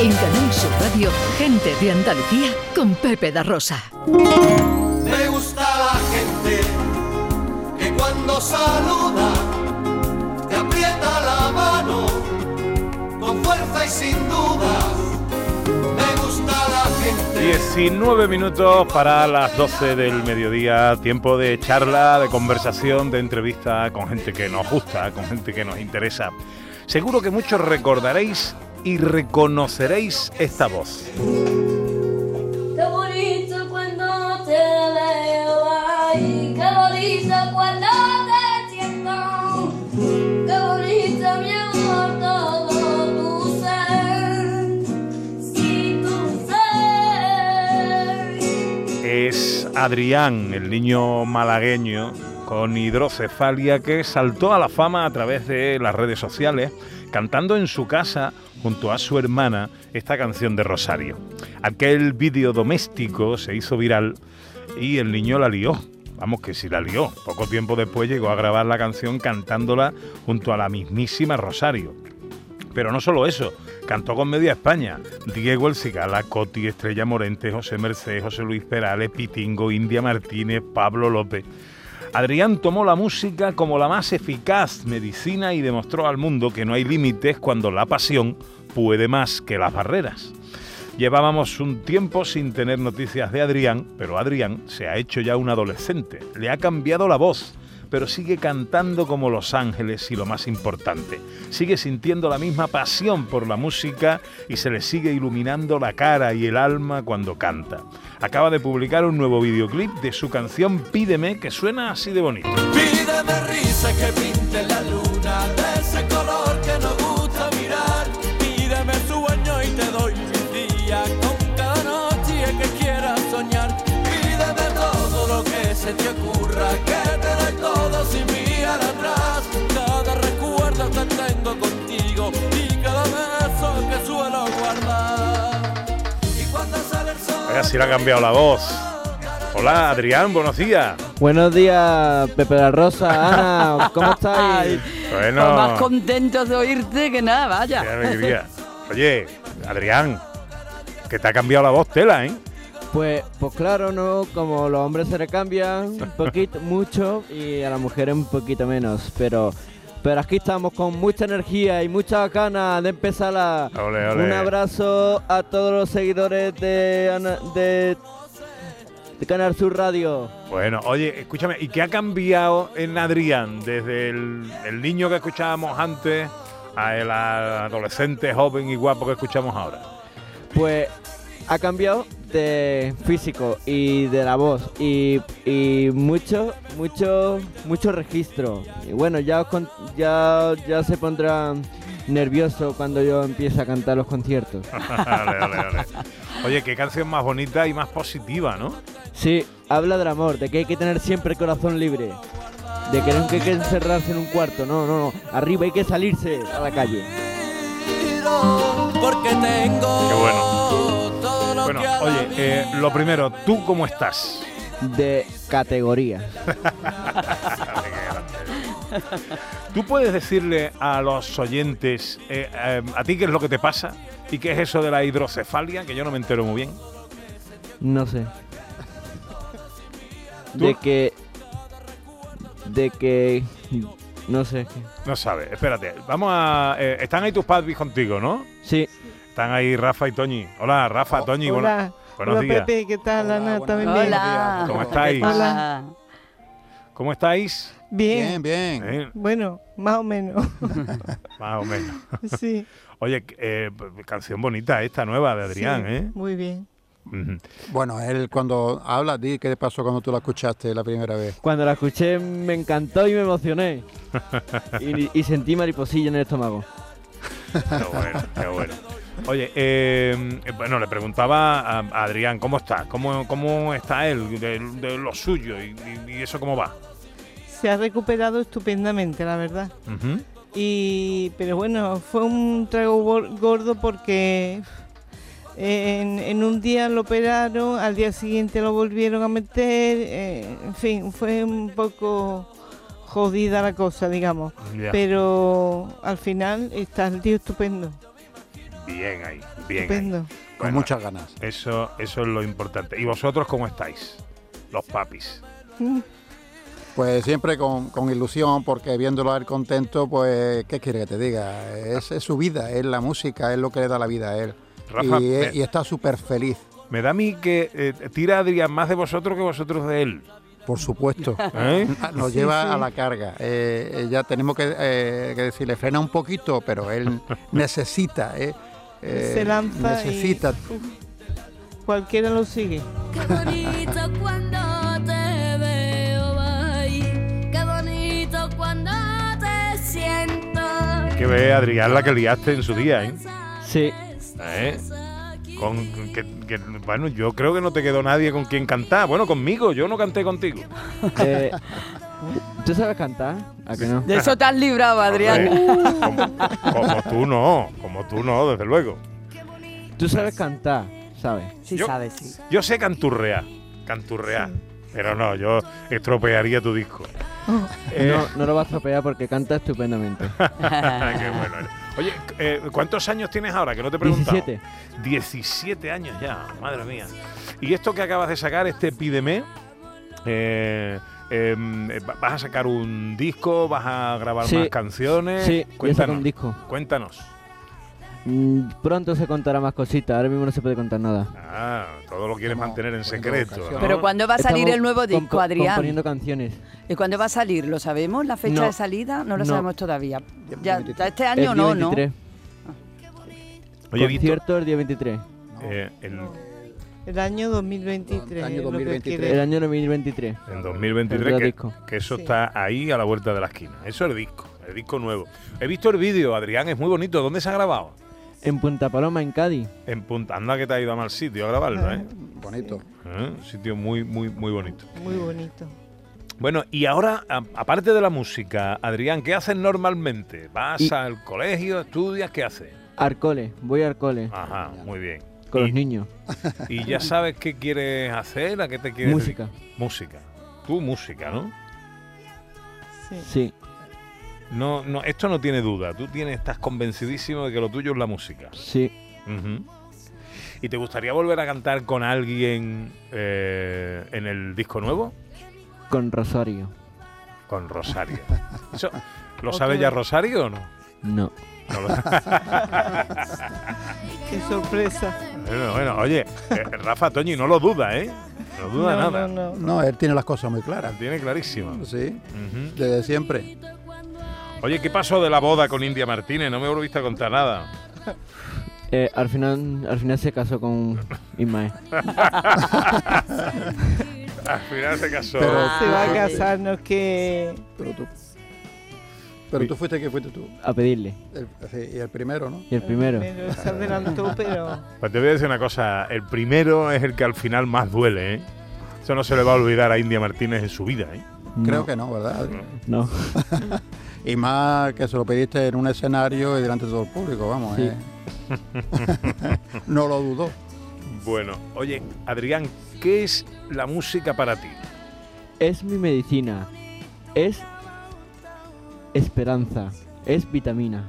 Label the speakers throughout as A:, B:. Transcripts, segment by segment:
A: En Canal Sur Radio, gente de Andalucía con Pepe da Rosa.
B: Me gusta la gente que cuando saluda te aprieta la mano con fuerza y sin dudas. Me gusta la gente.
C: 19 minutos para las 12 del mediodía, tiempo de charla, de conversación, de entrevista con gente que nos gusta, con gente que nos interesa. Seguro que muchos recordaréis y reconoceréis esta voz.
D: Qué bonito cuando te veo ahí, qué bonito cuando te siento, qué bonito mi amor todo tu ser, si tu ser.
C: Es Adrián, el niño malagueño con hidrocefalia que saltó a la fama a través de las redes sociales, cantando en su casa junto a su hermana esta canción de Rosario. Aquel vídeo doméstico se hizo viral y el niño la lió. Vamos que sí la lió. Poco tiempo después llegó a grabar la canción cantándola junto a la mismísima Rosario. Pero no solo eso, cantó con media España. Diego El Cigala, Coti, Estrella Morente, José Merced, José Luis Perales, Pitingo, India Martínez, Pablo López. Adrián tomó la música como la más eficaz medicina y demostró al mundo que no hay límites cuando la pasión puede más que las barreras. Llevábamos un tiempo sin tener noticias de Adrián, pero Adrián se ha hecho ya un adolescente. Le ha cambiado la voz, pero sigue cantando como Los Ángeles y lo más importante, sigue sintiendo la misma pasión por la música y se le sigue iluminando la cara y el alma cuando canta. Acaba de publicar un nuevo videoclip de su canción Pídeme, que suena así de bonito.
B: Pídeme risa que pinte la luna de ese color que nos gusta mirar. Pídeme sueño y te doy mi día con cada noche que quieras soñar. Pídeme todo lo que se te ocurra, que te doy todo sin mirar atrás. Cada recuerdo que tengo contigo y cada beso que suelo guardar. Y cuando sale el sol.
C: Ahora sí le ha cambiado la voz. Hola Adrián, buenos días.
E: Buenos días, Pepe la Rosa, Ana, ¿cómo estáis?
F: Ay, pues
C: Bueno,
F: más contentos de oírte que nada,
C: qué
F: vaya.
C: alegría. Oye, Adrián, que te ha cambiado la voz tela, ¿eh?
E: Pues, pues claro, ¿no? Como los hombres se le cambian un poquito, mucho, y a las mujeres un poquito menos, pero... Pero aquí estamos con mucha energía y mucha ganas de empezar la...
C: Ole, ole.
E: Un abrazo a todos los seguidores de, Ana- de, de Canal Sur Radio.
C: Bueno, oye, escúchame, ¿y qué ha cambiado en Adrián desde el, el niño que escuchábamos antes a el a- adolescente joven y guapo que escuchamos ahora?
E: Pues ha cambiado de físico y de la voz y, y mucho, mucho, mucho registro. Y bueno, ya, os con- ya, ya se pondrá nervioso cuando yo empiece a cantar los conciertos.
C: Ole, ole, ole. Oye, qué canción más bonita y más positiva, ¿no?
E: Sí, habla del amor, de que hay que tener siempre el corazón libre. De que nunca hay que encerrarse en un cuarto, no, no, no. Arriba hay que salirse a la calle.
B: Porque tengo
C: Qué bueno.
B: todo lo
C: Bueno,
B: que a la
C: oye,
B: vida
C: eh, lo primero, ¿tú cómo estás?
E: De categoría.
C: ¿Tú puedes decirle a los oyentes eh, eh, a ti qué es lo que te pasa y qué es eso de la hidrocefalia, que yo no me entero muy bien?
E: No sé.
C: ¿Tú?
E: De que. De que. No sé.
C: No sabes, espérate, vamos a... eh, están ahí tus padres contigo, ¿no?
E: Sí.
C: Están ahí Rafa y Toñi. Hola, Rafa, Ah, Toñi.
G: Oh, Hola,
C: buena- buenos
G: hola,
C: días.
G: Pepe, ¿qué tal? Ana, ¿también bien?
F: Hola.
C: ¿Cómo estáis?
F: Hola.
C: ¿Cómo estáis?
G: Bien.
H: Bien, bien.
C: Eh,
G: Bueno, más o menos.
C: Más o menos.
G: sí.
C: Oye, eh, canción bonita esta nueva de Adrián,
G: sí,
C: ¿eh?
G: Muy bien.
C: Ujú.
H: Bueno, él cuando habla, di qué te pasó cuando tú la escuchaste la primera vez.
E: Cuando la escuché me encantó y me emocioné. y, y sentí mariposilla en el estómago.
C: Qué bueno, qué bueno. Oye, eh, eh, bueno, le preguntaba a a Adrián, ¿cómo está? ¿Cómo, cómo está él de, de lo suyo? ¿Y, y- y eso cómo va?
G: Se ha recuperado estupendamente, la verdad.
C: Ujú.
G: Y, pero bueno, fue un trago gor- gordo porque en, en un día lo operaron, al día siguiente lo volvieron a meter. eh, en fin, fue un poco jodida la cosa, digamos.
C: Ya.
G: Pero al final está el tío estupendo.
C: bien ahí, bien. ahí.
G: Estupendo.
H: Con
C: Bueno,
H: muchas ganas.
C: Eso, eso es lo importante. ¿Y vosotros cómo estáis? Los papis.
H: Pues siempre con, con ilusión, porque viéndolo a él contento, pues, ¿qué quiere que te diga? Es, es su vida, es la música, es lo que le da la vida a él.
C: Rafa,
H: y,
C: me-
H: y está súper feliz,
C: Me da a mí que eh, tira Adrián más de vosotros que vosotros de él.
H: por supuesto.
C: ¿eh?
H: Nos lleva a la carga. Eh, eh, ya tenemos que, eh, que decirle, frena un poquito, pero él necesita, eh, eh,
G: Se lanza y-
H: necesita.
G: Cualquiera lo sigue.
D: Qué bonito cuando te veo, ay, qué bonito cuando te siento.
C: Que ve Adrián la que liaste en su día, ¿eh?
E: Sí.
C: ¿Eh? Con, que, que- bueno, yo creo que no te quedó nadie con quien cantar. Bueno, conmigo, yo no canté contigo.
E: Eh, ¿Tú sabes cantar? ¿A que no?
F: De eso te has librado, Adrián.
C: Hombre, Como, como tú no, como tú no, desde luego.
E: Tú sabes cantar, ¿sabes?
F: Sí,
C: Yo-
F: sabes, sí.
C: Yo sé canturrear, canturrear, pero no, yo estropearía tu disco. Eh,
E: No, no lo vas a estropear porque canta estupendamente.
C: qué bueno eres. Oye, eh, ¿cuántos años tienes ahora? Que no te he preguntado. Eh,
E: 17.
C: 17 años ya, madre mía. Y esto que acabas de sacar, este Epidemé, eh, em, eh, va- ¿vas a sacar un disco? ¿Vas a grabar
E: Sí,
C: más canciones?
E: Sí, ya saco
C: cuéntanos.
E: un disco.
C: Cuéntanos.
E: Mm, Pronto se contará más cositas, ahora mismo no se puede contar nada.
C: Ah, todo lo quieres
H: Estamos
C: mantener en
H: poniendo
C: secreto.
H: vocación.
C: ¿no?
F: Pero ¿cuándo va a salir
E: Estamos
F: el nuevo
E: compo-
F: disco, Adrián? Este
E: Componiendo canciones.
F: ¿Y cuándo va a salir? ¿Lo sabemos? ¿La fecha
E: No.
F: de salida? No lo
E: No.
F: sabemos todavía. Ya,
H: 23.
F: este
E: El
F: año
E: día
F: no, ¿no?
E: 23.
C: Oye, Víctor,
E: Concierto el día 23.
C: eh, en,
G: El año 2023.
H: Año
G: es lo que
H: 2023.
G: quiere.
E: El año 2023.
C: en
E: El
C: 2023,
E: nuevo
C: que,
E: disco.
C: que eso
G: Sí.
C: está ahí a la vuelta de la esquina. Eso es el disco, el disco nuevo. He visto el vídeo, Adrián, es muy bonito. ¿Dónde se ha grabado?
E: En Punta Paloma, en Cádiz.
C: En Punta. Anda que te ha ido a mal sitio a grabarlo, ¿eh?
H: Bonito.
C: ¿Eh? Un sitio muy, muy, muy bonito.
G: Muy bonito.
C: Bueno, y ahora, a- aparte de la música, Adrián, ¿qué haces normalmente? ¿Vas
E: Y-
C: al colegio, estudias, qué haces?
E: Arcole, voy a Arcole.
C: Ajá, muy bien.
E: Con
C: Ah, Y-
E: los niños.
C: Y ya sabes qué quieres hacer, a qué te quieres
E: Música.
C: dedicar. Música. Tú música, ¿no?
G: Sí.
E: Sí,
C: No, no, esto no tiene duda. Tú tienes, estás convencidísimo de que lo tuyo es la música.
E: sí.
C: Ujú. ¿Y te gustaría volver a cantar con alguien eh, en el disco nuevo?
E: Con Rosario.
C: Con Rosario. Eso, ¿Lo sabe ya Rosario o no?
E: No.
C: No lo
G: Qué sorpresa.
C: Bueno, bueno, oye, eh, Rafa Toñi no lo duda, ¿eh? No duda
G: No,
C: nada.
G: no, no.
H: No, él tiene las cosas muy
C: La
H: claras.
C: tiene clarísima.
H: Sí,
C: Ujú.
H: desde siempre.
C: Oye, ¿qué pasó de la boda con India Martínez? No me volviste a contar nada.
E: Eh, al final al final se casó con eh, Ismael.
C: Al final Ah, se casó.
H: Pero-
G: Se va a casarnos que...
H: Pero tú, pero tú fuiste que fuiste tú.
E: A pedirle.
H: El- sí, y el primero, ¿no?
E: Y el primero.
G: Pero se adelantó, pero...
C: Pues te voy a decir una cosa. El primero es el que al final más duele, ¿eh? Eso no se le va a olvidar a India Martínez en su vida, ¿eh?
H: Creo
E: No,
H: que no, ¿verdad? Adri?
E: No.
H: Y más que se lo pediste en un escenario y delante de todo el público, vamos.
E: Sí.
H: ¿eh? no lo dudó.
C: Bueno, oye, Adrián, ¿qué es la música para ti?
E: Es mi medicina. Es esperanza. Es vitamina.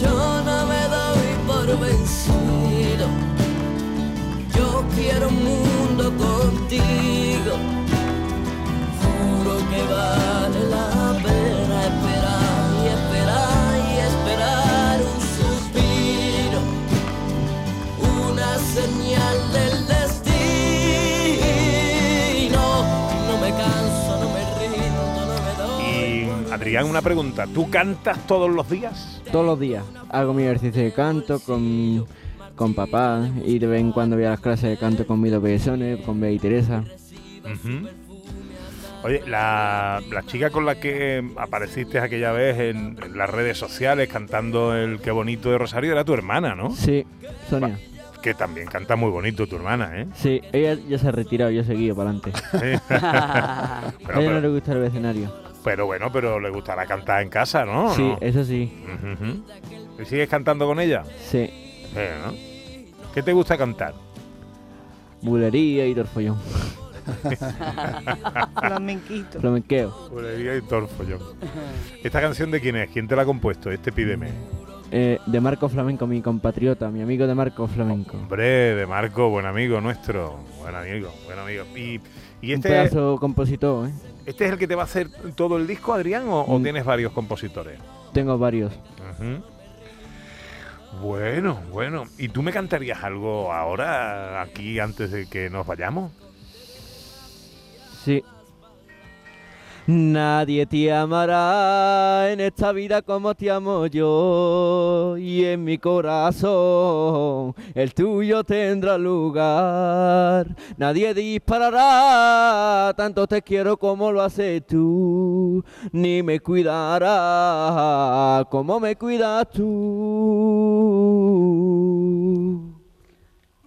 I: Yo no me doy por vencido. Yo quiero un mundo contigo. Juro que vale la pena esperar y esperar y esperar un suspiro. Una señal del destino. No me canso, no me rindo, no me doy.
C: Y, Adrián, una pregunta. ¿Tú cantas todos los días?
E: Todos los días hago mi ejercicio de canto con, con papá y de vez en cuando voy a las clases de canto con Mido Pesones, con Bea y Teresa.
C: Ujú. Oye, la, la chica con la que apareciste aquella vez en, en las redes sociales cantando el Qué bonito de Rosario era tu hermana, ¿no?
E: Sí, Sonia.
C: Que también canta muy bonito tu hermana, ¿eh?
E: Sí, ella ya se ha retirado, yo he seguido para adelante.
C: Pero,
F: Ah,
E: A ella no le
C: pero-
E: gusta el escenario.
C: pero bueno, pero le gustará cantar en casa, ¿no? ¿O
E: sí,
C: no?
E: eso sí.
C: Ujú. ¿Y sigues cantando con ella?
E: Sí.
C: Eh, ¿no? ¿Qué te gusta cantar?
E: Bulería y torfollón.
G: Flamenquito.
E: Flamenqueo.
C: Bulería y torfo, yo. ¿Esta canción de quién es? ¿Quién te la ha compuesto? Este pídeme.
E: Eh, de Marco Flamenco, mi compatriota, mi amigo de Marco Flamenco.
C: Hombre, de Marco, buen amigo nuestro. Buen amigo, buen amigo. Y, y
E: Un
C: este,
E: pedazo compositor, ¿eh?
C: este es el que te va a hacer todo el disco, Adrián, o, o
E: Mm.
C: tienes varios compositores?
E: Tengo varios.
C: Ujú. Bueno, bueno. ¿Y tú me cantarías algo ahora, aquí, antes de que nos vayamos?
E: Sí. Nadie te amará en esta vida como te amo yo y en mi corazón el tuyo tendrá lugar. Nadie disparará, tanto te quiero como lo haces tú, ni me cuidará como me cuidas tú.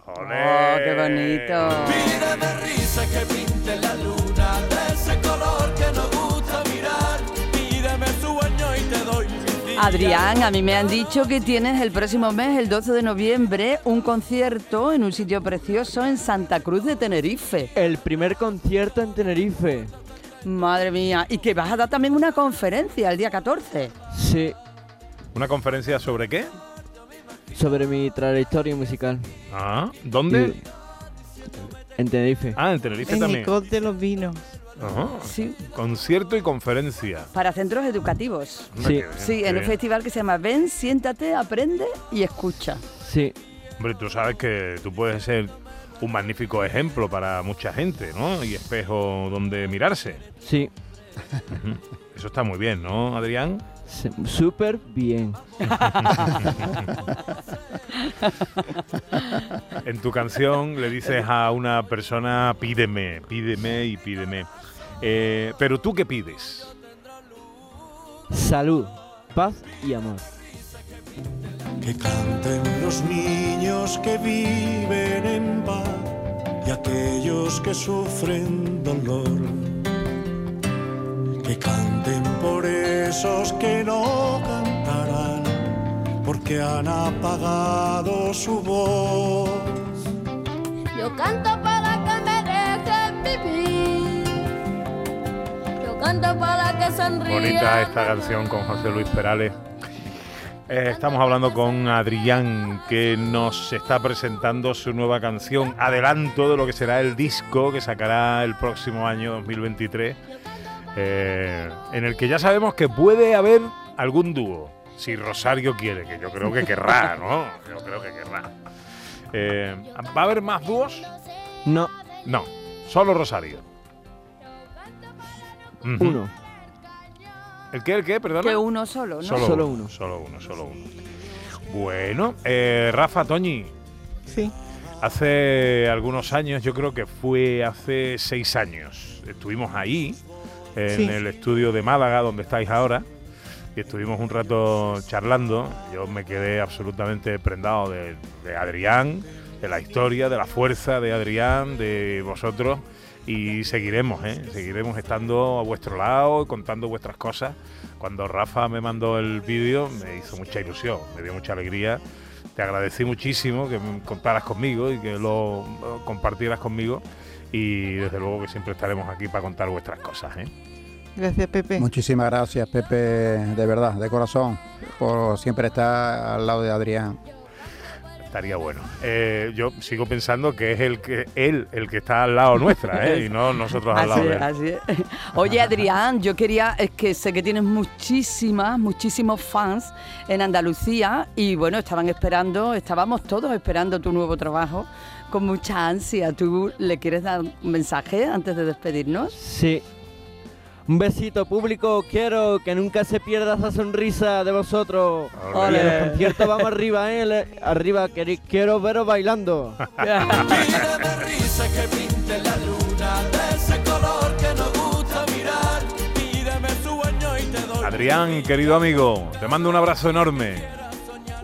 F: Oh, qué bonito.
B: Vida de risa que pinte la luna de ese color que nos gusta mirar. Pídeme su baño y te doy mi día.
F: Adrián, a mí me han dicho que tienes el próximo mes, el 12 de noviembre, un concierto en un sitio precioso en Santa Cruz de Tenerife.
E: El primer concierto en Tenerife.
F: Madre mía, y que vas a dar también una conferencia el día 14.
E: Sí,
C: ¿Una conferencia sobre qué?
E: sobre mi trayectoria musical.
C: Ah, ¿dónde?
E: Y- En Tenerife.
C: Ah, en Tenerife
G: En
C: también.
G: Nicot de los Vinos.
C: Ajá.
F: Sí.
C: Concierto y conferencia.
F: Para centros educativos.
C: Hombre,
E: Sí.
C: qué bien,
F: Sí,
C: qué
F: en un
C: bien.
F: festival que se llama Ven, siéntate, aprende y escucha.
E: Sí,
C: Hombre, tú sabes que tú puedes ser un magnífico ejemplo para mucha gente, ¿no? Y espejo donde mirarse.
E: sí.
C: Eso está muy bien, ¿no, Adrián?
E: s- Súper bien.
C: En tu canción le dices a una persona, pídeme, pídeme y pídeme. Eh, Pero tú qué pides?
E: Salud, paz y amor.
B: Que canten los niños que viven en paz y aquellos que sufren dolor. Que canten por esos que no cantarán, porque han apagado su voz.
D: Yo canto para que me dejen vivir. Yo canto para que sonríe.
C: Bonita esta canción con José Luis Perales. Eh, estamos hablando con Adrián, que nos está presentando su nueva canción, adelanto de lo que será el disco que sacará el próximo año 2023, eh, en el que ya sabemos que puede haber algún dúo, si Rosario quiere, que yo creo que querrá, ¿no? Yo creo que querrá. Eh, ¿Va a haber más dúos?
E: No,
C: No, solo Rosario. Ujú.
E: uno.
C: ¿El qué? ¿El qué? Perdón.
F: Que uno solo, ¿no?
E: Solo
C: uno,
E: uno.
C: Solo uno, solo uno. Bueno, eh, Rafa Toñi,
G: Sí.
C: hace algunos años, yo creo que fue hace seis años, estuvimos ahí, en
G: Sí.
C: el estudio de Málaga, donde estáis ahora, y estuvimos un rato charlando. Yo me quedé absolutamente prendado de, de Adrián, de la historia, de la fuerza de Adrián, de vosotros. Y seguiremos, ¿eh? seguiremos estando a vuestro lado, contando vuestras cosas. Cuando Rafa me mandó el vídeo, me hizo mucha ilusión, me dio mucha alegría. Te agradecí muchísimo que me contaras conmigo y que lo lo compartieras conmigo. Y desde luego que siempre estaremos aquí para contar vuestras cosas. ¿eh?
G: Gracias, Pepe.
H: Muchísimas gracias, Pepe, de verdad, de corazón, por siempre estar al lado de Adrián.
C: Estaría bueno. Eh, yo sigo pensando que es el que él el que está al lado nuestra, ¿eh? y no nosotros al
F: Así
C: lado de
F: es,
C: él.
F: así es. Oye, Adrián, yo quería, es que sé que tienes muchísimas, muchísimos fans en Andalucía y bueno, estaban esperando, estábamos todos esperando tu nuevo trabajo con mucha ansia. ¿Tú le quieres dar un mensaje antes de despedirnos?
E: Sí. Un besito público, quiero que nunca se pierda esa sonrisa de vosotros. Y en los conciertos vamos arriba, ¿eh? Le- Arriba, queri- quiero veros bailando.
B: Vida de risa que pinte la luna de ese color que nos gusta mirar. Pídeme su baño y te doy.
C: Adrián, querido amigo, te mando un abrazo enorme.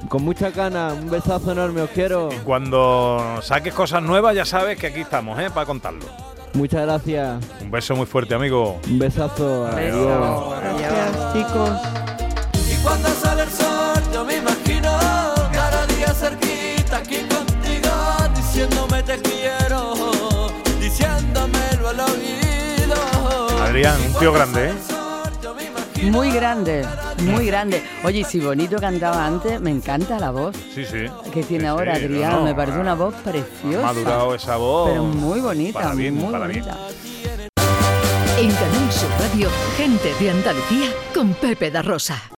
E: Con mucha ganas, un besazo enorme, os quiero.
C: Cuando saques cosas nuevas, ya sabes que aquí estamos, ¿eh? para contarlo.
E: Muchas gracias.
C: Un beso muy fuerte, amigo.
E: Un besazo. Adiós.
F: Beso.
G: Gracias, chicos.
B: Y cuando sale el sol, yo me imagino cada día cerquita aquí contigo, diciéndome te quiero, diciéndomelo
C: Adrián, un tío grande, ¿eh?
F: Muy grande, muy grande. Oye, y si bonito cantaba antes, me encanta la voz
C: Sí, sí.
F: que tiene
C: Sí,
F: ahora
C: sí,
F: Adrián.
C: no, no,
F: me parece
C: ha-
F: una voz
C: Ha
F: preciosa.
C: madurado esa voz.
F: Pero muy bonita,
C: Para bien,
F: muy
C: para bien.
F: bonita.
A: En Canal Sur Radio, gente de Andalucía con Pepe da Rosa.